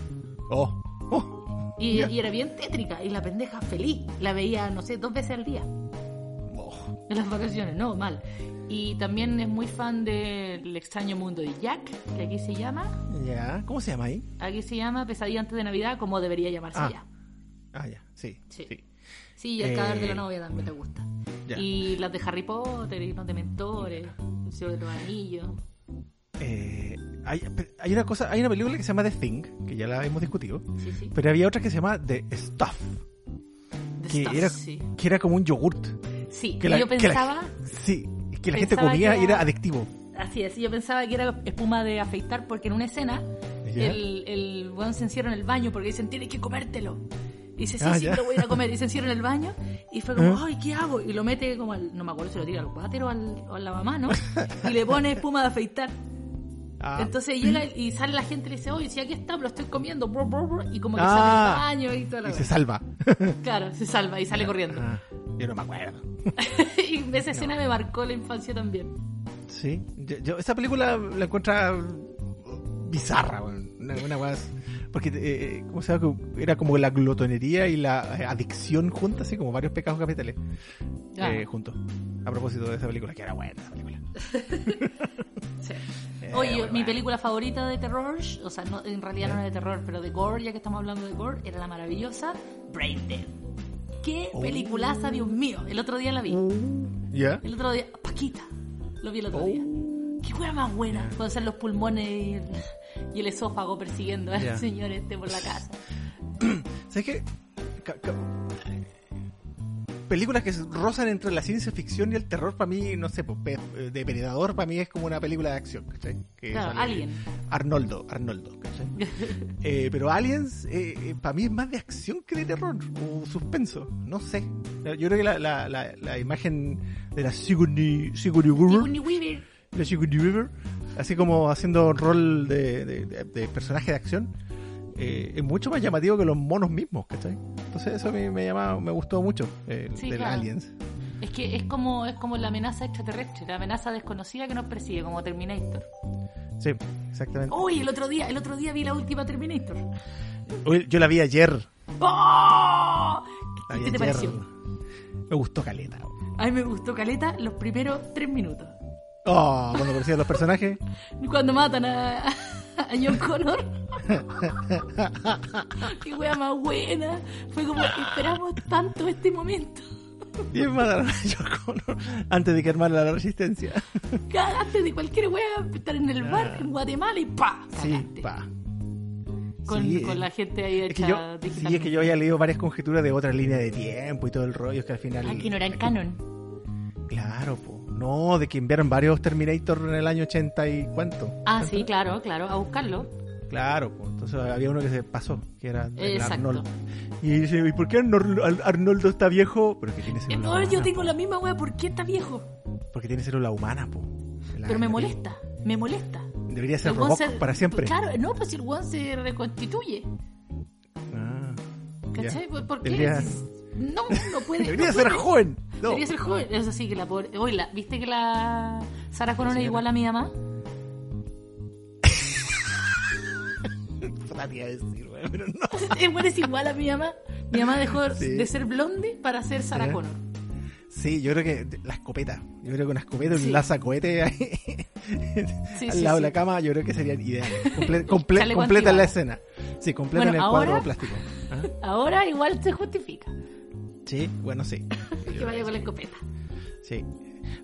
S1: Oh. oh,
S2: Y,
S1: Ya.
S2: y era bien tétrica, y la pendeja feliz, la veía, no sé, dos veces al día,
S1: oh.
S2: en las vacaciones, no, mal. Y también es muy fan del extraño mundo de Jack, que aquí se llama,
S1: Ya. ¿Cómo se llama ahí?
S2: aquí se llama Pesadilla antes de Navidad, como debería llamarse
S1: Ah.
S2: ya.
S1: Ah, ya. Sí.
S2: Sí.
S1: Sí.
S2: Sí, y el
S1: Eh,
S2: cadáver de la novia también te gusta.
S1: ya.
S2: Y las de Harry Potter, y los de Mentores, el Señor de los Anillos.
S1: Eh, hay, hay una cosa, hay una película que se llama The Thing, que ya la hemos discutido,
S2: Sí, sí.
S1: pero había otra que se llama The Stuff,
S2: The
S1: que
S2: Stuff,
S1: era
S2: sí.
S1: que era como un yogurt.
S2: Sí,
S1: Que
S2: y
S1: la-
S2: yo
S1: que la-
S2: pensaba,
S1: Sí, que la gente
S2: Pensaba
S1: comía
S2: que
S1: y
S2: era-
S1: era adictivo.
S2: así es, yo pensaba que era espuma de afeitar porque en una escena
S1: ¿Ya?
S2: el, el weón se encierra en el baño porque dicen, tienes que comértelo. Y dice, sí,
S1: Ah,
S2: sí,
S1: ya.
S2: lo voy a ir a comer. Y se encierra en el baño y fue como,
S1: ¿Eh?
S2: ay, ¿qué hago? Y lo mete como al, no me acuerdo si lo tira al water o, al, o a la mamá, ¿no? Y le pone espuma de afeitar.
S1: Ah,
S2: Entonces llega y sale la gente y le dice, oye, si aquí está, me lo estoy comiendo, brr, brr, brr, y como que
S1: Ah.
S2: sale el baño y toda la
S1: y se
S2: wea.
S1: salva.
S2: Claro, se salva y sale corriendo.
S1: Ah, yo no me acuerdo. Ah.
S2: y esa escena me marcó la infancia también.
S1: Sí, yo, yo- esa película la encuentro bizarra, weón. una, una weá así. porque eh, eh, ¿cómo se llama? era como la glotonería y la eh, adicción juntas, así como varios pecados capitales
S2: Ah,
S1: eh, juntos. A propósito de esa película, que era buena esa película.
S2: sí.
S1: Eh,
S2: Oye,
S1: muy
S2: mi
S1: buena.
S2: película favorita de terror, o sea, no- en realidad no era de terror, pero de gore, ya que estamos hablando de gore, era la maravillosa Brain Dead. ¡Qué
S1: Oh.
S2: peliculaza, Dios mío! El otro día la vi.
S1: ¿Ya?
S2: El otro día, Paquita, lo vi el otro
S1: Oh.
S2: día. ¡Qué hueá más buena! Con ser los pulmones y el, y el esófago persiguiendo al
S1: Ya.
S2: señor este por la casa.
S1: ¿Sabes qué? Ca- ca- Películas que rozan entre la ciencia ficción y el terror, para mí, no sé, pues, pe- eh, de Predador, para mí es como una película de acción, ¿cachai? Que
S2: Claro,
S1: sale-
S2: Alien.
S1: Arnoldo, Arnoldo, ¿cachai? Eh, pero Aliens, para mí es más de acción que de terror, o suspenso, no sé. Yo creo que la, la, la, la imagen de la Sigourney, Sigourney Weaver,
S2: Sigourney Weaver.
S1: la Sigourney Weaver, así como haciendo un rol de, de, de- de personaje de acción, eh, es mucho más llamativo que los monos mismos, ¿cachai? Entonces eso a mí me, llama, me gustó mucho eh,
S2: Sí,
S1: del
S2: claro.
S1: Aliens.
S2: Es que es como, es como la amenaza extraterrestre, la amenaza desconocida que nos persigue, como Terminator.
S1: Sí, exactamente.
S2: Uy, el otro día, el otro día vi la última Terminator.
S1: Uy, Yo la vi ayer. la
S2: ¡Oh! ¿Qué
S1: vi
S2: te
S1: ayer.
S2: pareció?
S1: Me gustó Caleta.
S2: A mí me gustó Caleta los primeros tres minutos.
S1: Oh, cuando aparecían los personajes.
S2: Cuando matan a, a John Connor. ¡Qué wea más buena! Fue como, esperamos tanto este momento.
S1: Bien mataron a Yoko Ono antes de que armara la resistencia.
S2: Cagaste de cualquier wea, estar en el bar en Guatemala y ¡pa!
S1: Sí,
S2: Cagaste.
S1: pa.
S2: Con,
S1: Sí,
S2: con
S1: eh,
S2: la gente ahí
S1: Es
S2: hecha
S1: que, yo, sí,
S2: digitalmente.
S1: es que yo había leído varias conjeturas de otra línea de tiempo y todo el rollo, es que al final...
S2: Ah, que no eran
S1: aquí-
S2: canon.
S1: Claro, po. No, de que enviaron varios Terminator en el año 80 y cuánto.
S2: Ah, sí, claro, claro, a buscarlo.
S1: Claro, po. entonces había uno que se pasó, que era el
S2: Exacto.
S1: Arnoldo. Y dice, ¿y por qué Arnol- Ar- Arnoldo está viejo? Pero que tiene
S2: Eh,
S1: célula
S2: ahora
S1: humana,
S2: yo tengo
S1: po.
S2: la misma wea, ¿por qué está viejo?
S1: Porque tiene célula humana, po. La-
S2: Pero me
S1: la-
S2: molesta. Me molesta.
S1: Debería ser
S2: El weón
S1: Robocop
S2: se-
S1: para siempre.
S2: Claro, no, pues si el weón se reconstituye.
S1: Ah, ya.
S2: ¿Cachai? ¿Por- ¿Por qué?
S1: Debería-
S2: No, no puede.
S1: Debería
S2: no
S1: ser
S2: puede.
S1: joven. No.
S2: Debería ser joven. Eso sí, que la pobre. Oye, la- ¿viste que la Sara Connor es
S1: Señora.
S2: igual a mi mamá?
S1: Puta, te iba a decir, weón, pero no.
S2: Es bueno, es igual a mi mamá. Mi mamá dejó
S1: Sí. Eh.
S2: de ser blonde para ser Sara
S1: Ya.
S2: Connor.
S1: Sí, yo creo que la escopeta. Yo creo que una escopeta y
S2: Sí.
S1: un lazacohete ahí
S2: Sí,
S1: al
S2: sí,
S1: lado
S2: sí.
S1: de la cama, yo creo que serían ideales. Comple- comple-
S2: Chaleco
S1: completa la
S2: antibala.
S1: escena. Sí, completa
S2: Bueno,
S1: en el cuadro
S2: ahora-
S1: plástico. Ah,
S2: Ahora igual se justifica
S1: Sí, bueno, sí.
S2: que vaya con la escopeta.
S1: Sí.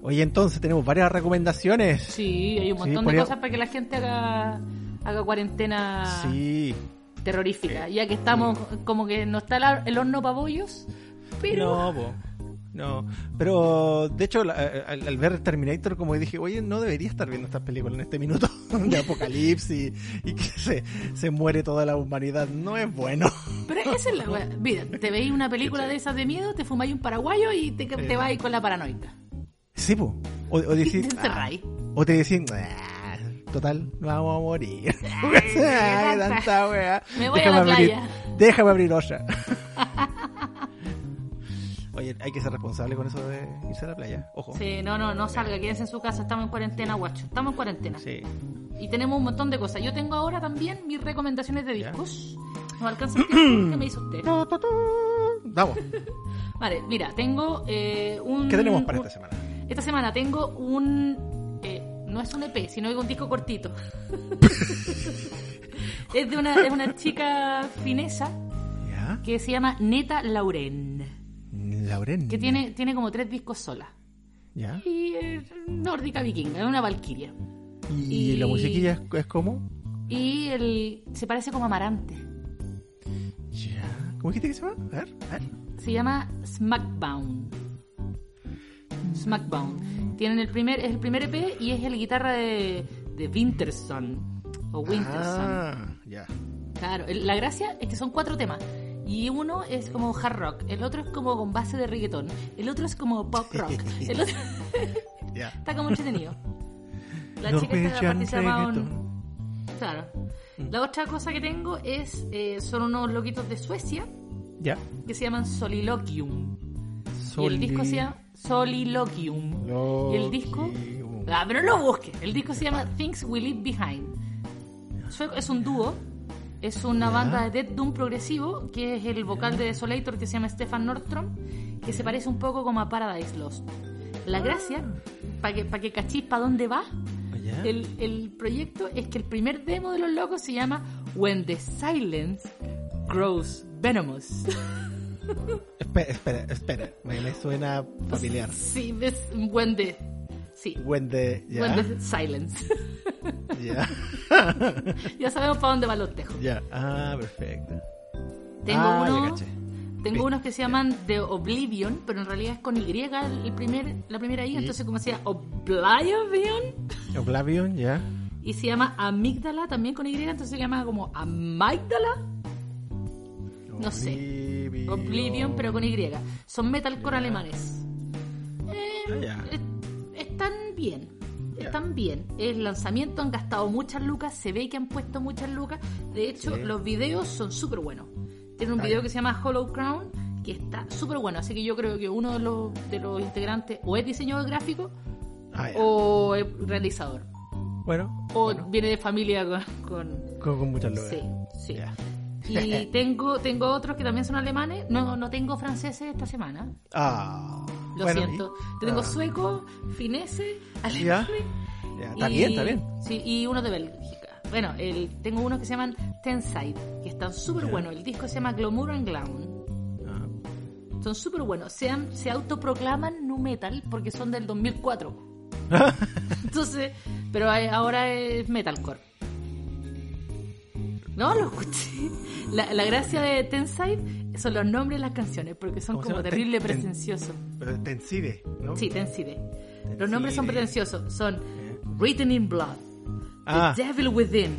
S1: Oye, entonces tenemos varias recomendaciones.
S2: Sí, hay un
S1: Sí,
S2: montón de
S1: podría-
S2: cosas para que la gente haga, haga cuarentena
S1: Sí.
S2: terrorífica. Ya que estamos, como que no está la- el horno para bollos, pero.
S1: No, po. No. Pero, de hecho, la- eh, al, al ver Terminator, como dije, oye, no debería estar viendo estas películas en este minuto de apocalipsis y que se, se muere toda la humanidad. No es bueno.
S2: Pero esa es la wea. Mira, te veis una película de esas de miedo, te fumáis un paraguayo y te, te vas con la paranoica.
S1: Sí, po. O, o
S2: Y te
S1: decir. "Ah,
S2: encerráis.
S1: O te decían, "Ah, total, vamos a morir.
S2: Ay,
S1: Ay, tanta wea.
S2: Me voy a la
S1: abrir,
S2: playa.
S1: Déjame abrir olla. Oye, hay que ser responsable con eso de irse a la playa. Ojo.
S2: Sí, no, no, no salga, quédense en su casa, estamos en cuarentena, guacho, estamos en cuarentena.
S1: Sí.
S2: Y tenemos un montón de cosas. Yo tengo ahora también mis recomendaciones de
S1: Ya.
S2: discos. No alcanza el tiempo que me hizo usted.
S1: Vamos.
S2: Vale, mira, tengo eh, un...
S1: ¿Qué tenemos para este
S2: un-
S1: esta semana?
S2: Esta semana tengo un... eh, no es un EP, sino que un disco cortito. es de una, es una chica finesa
S1: ¿Ya?
S2: que se llama Neta Lauren,
S1: Lauren.
S2: que tiene, tiene como tres discos sola.
S1: ¿Ya?
S2: Y es nórdica vikinga, es una valquiria.
S1: ¿Y,
S2: Y-
S1: la musiquilla es, es como?
S2: Y el, se parece como Amarante.
S1: ¿Ya? ¿Cómo dijiste que se llama? A ver, a ver.
S2: Se llama Smackdown. Smackdown. Tienen el primer, es el primer EP y es el guitarra de, de Winterson. O Winterson.
S1: Ah, ya.
S2: Claro. El- La gracia es que son cuatro temas. Y uno es como hard rock, el otro es como con base de reggaetón, el otro es como pop rock, el otro
S1: Ya.
S2: está como entretenido. La chica está aparte se llama un- Claro. La otra cosa que tengo es, eh, son unos loquitos de Suecia
S1: Ya.
S2: que se llaman Soliloquium. Y el disco se llama Soliloquium. Y el disco.
S1: Loquium.
S2: Ah, pero no lo busques. El disco se llama Things We Leave Behind. Sueco- Es un dúo. Es una
S1: Ya.
S2: banda de Dead Doom progresivo que es el vocal de Desolator que se llama Stefan Nordstrom, que se parece un poco como a Paradise Lost.
S1: Ah.
S2: La gracia, para que, pa que cachis para dónde va,
S1: ¿Ya?
S2: el, el proyecto es que el primer demo de los locos se llama When the Silence Grows Venomous.
S1: Espera, espera, espera. Me, me suena familiar.
S2: Sí, ves, When the. Sí,
S1: When the... Ya,
S2: When the Silence.
S1: ya,
S2: ya sabemos para dónde van los tejos.
S1: ya. Ah, perfecto.
S2: Tengo
S1: Ah, ya
S2: uno.
S1: caché.
S2: Tengo
S1: Bien.
S2: unos que se llaman The Oblivion, pero en realidad es con Y el primer, la primera I, entonces como decía Oblivion,
S1: Oblivion, ya.
S2: y se llama Amígdala también con Y, entonces se llama como Amígdala, No sé.
S1: Oblivion.
S2: Oblivion, pero con Y. Son metalcore alemanes. Eh,
S1: Ah, ya.
S2: es- están bien,
S1: Ya.
S2: están bien. El lanzamiento han gastado muchas lucas, se ve que han puesto muchas lucas. De hecho,
S1: Sí.
S2: los videos son súper buenos. Tiene un
S1: Ah,
S2: video
S1: ya.
S2: que se llama Hollow Crown que está súper bueno, así que yo creo que uno de los, de los integrantes o es diseñador gráfico
S1: Ah, ya.
S2: o es realizador.
S1: Bueno,
S2: O viene de familia con... con-
S1: con, con muchas luces.
S2: Sí, sí.
S1: Ya.
S2: Y tengo, tengo otros que también son alemanes. No, no tengo franceses esta semana.
S1: Ah.
S2: Lo
S1: bueno,
S2: siento.
S1: y-
S2: Tengo
S1: ah,
S2: sueco, finese,
S1: Ya.
S2: alemán.
S1: ya, Está
S2: y-
S1: bien, está bien.
S2: Sí, y uno de Bélgica. Bueno, el- tengo unos que se llaman Tenside, que están súper
S1: Ya.
S2: buenos. El disco se llama Glamour and Clown.
S1: Ah,
S2: Son súper buenos. Se, han- se autoproclaman nu metal porque son del 2004. Entonces, pero hay- ahora es metalcore. No, lo escuché. La, la gracia de Tenside son los nombres de las canciones porque son
S1: ¿Cómo se
S2: como
S1: llama?
S2: terrible
S1: Ten- ten-
S2: pretenciosos.
S1: Pero te encide, ¿no?
S2: Sí, Tenside. Los nombres son pretenciosos. Son
S1: Eh.
S2: Written in Blood,
S1: Ah.
S2: The Devil Within,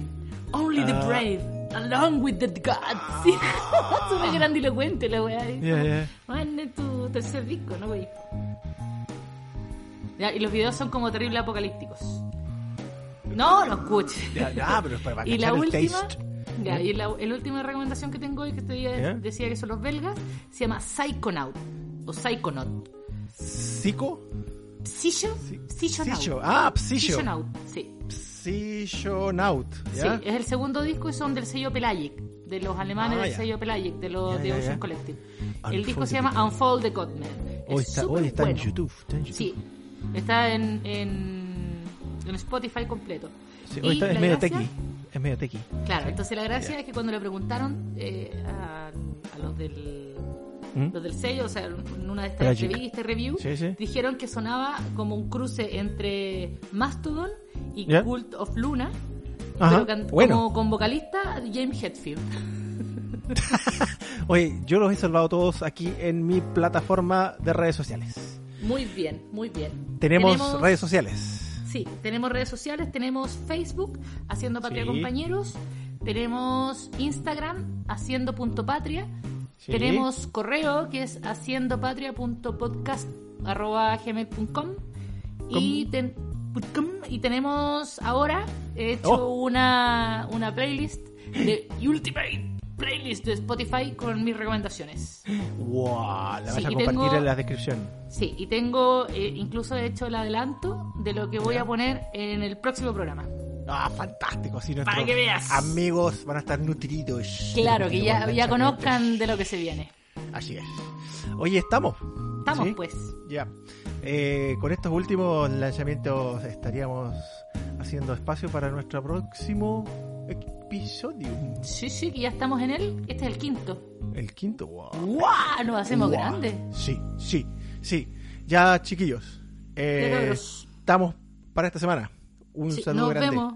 S2: Only the
S1: Ah.
S2: Brave, Along with the Gods. Es Súper grandilocuente la weá. es
S1: Ya,
S2: como,
S1: ya.
S2: "Man, es tu tercer disco, ¿no, wey? Ya, y los videos son como terrible apocalípticos. No, lo escuche.
S1: Ya, ya, pero es para, para
S2: Y la
S1: cachar el
S2: última,
S1: taste.
S2: ya, y la, el última recomendación que tengo hoy que este día
S1: ¿Ya?
S2: decía que son los belgas, se llama Psychonaut o Psychonaut.
S1: ¿Psico?
S2: Psycho,
S1: Sí. Psycho.
S2: Psychonaut.
S1: Ah, Psycho.
S2: Psychonaut, sí.
S1: Psychonaut.
S2: Sí,
S1: ¿Ya?
S2: es el segundo disco y son del sello Pelagic, de los alemanes
S1: Ah,
S2: del
S1: ya.
S2: sello Pelagic, de los
S1: Ya,
S2: de
S1: ya,
S2: Ocean
S1: ya.
S2: Collective.
S1: Unfold
S2: el disco se
S1: the
S2: llama
S1: Godman.
S2: Unfold the Godman.
S1: Hoy
S2: Es
S1: Oh, está, hoy está en
S2: superbueno.
S1: YouTube. Está en YouTube.
S2: Sí, está en, en, en Spotify completo.
S1: Sí,
S2: Y
S1: hoy está, es
S2: la
S1: medio
S2: gracia-
S1: tequi. Es medio tequi.
S2: Claro, entonces la gracia
S1: Ya.
S2: es que cuando le preguntaron eh, a, a los del
S1: ¿Mm?
S2: los del sello, o sea, en una de estas
S1: Tragic.
S2: entrevistas review,
S1: Sí, sí.
S2: dijeron que sonaba como un cruce entre Mastodon y
S1: Ya.
S2: Cult of Luna,
S1: Ajá.
S2: pero can-
S1: Bueno,
S2: como con vocalista James Hetfield.
S1: oye, yo los he salvado todos aquí en mi plataforma de redes sociales.
S2: Muy bien, muy bien.
S1: Tenemos, redes sociales.
S2: Sí, tenemos redes sociales, tenemos Facebook haciendo Patria
S1: Sí.
S2: Compañeros, tenemos Instagram haciendo punto patria,
S1: Sí.
S2: tenemos correo que es haciendopatria.podcast@gmail.com y ten- .com, y tenemos ahora he hecho
S1: Oh.
S2: una una playlist de Ultimate playlist de Spotify con mis recomendaciones.
S1: Wow, la vas
S2: Sí,
S1: a
S2: y
S1: compartir
S2: tengo-
S1: en la descripción.
S2: Sí, y tengo eh, incluso he hecho el adelanto de lo que voy a poner en el próximo programa.
S1: Ah, fantástico. Así nuestros
S2: que veas.
S1: amigos van a estar nutridos.
S2: Claro, que ya,
S1: Nutridos,
S2: ya conozcan de lo que se viene.
S1: Así es. Oye, estamos.
S2: Estamos
S1: ¿Sí?
S2: pues.
S1: Ya. Eh, con estos últimos lanzamientos estaríamos haciendo espacio para nuestro próximo episodio.
S2: Sí, sí, que ya estamos en él. Este es el quinto.
S1: El quinto. Wow.
S2: ¡Guau! Nos hacemos
S1: Wow.
S2: grandes.
S1: Sí, sí, sí. Ya, chiquillos. eh,
S2: Ya, cabros.
S1: estamos para esta semana. Un
S2: Sí,
S1: saludo
S2: nos
S1: grande.
S2: vemos.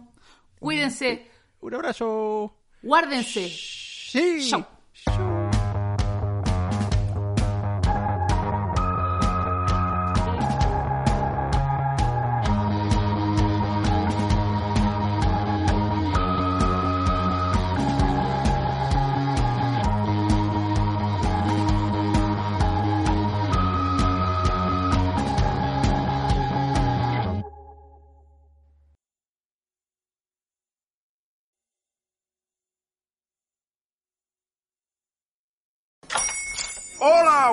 S2: Cuídense.
S1: Un abrazo.
S2: Guárdense.
S1: Sí.
S2: Chau.
S1: Chau.
S3: Hola,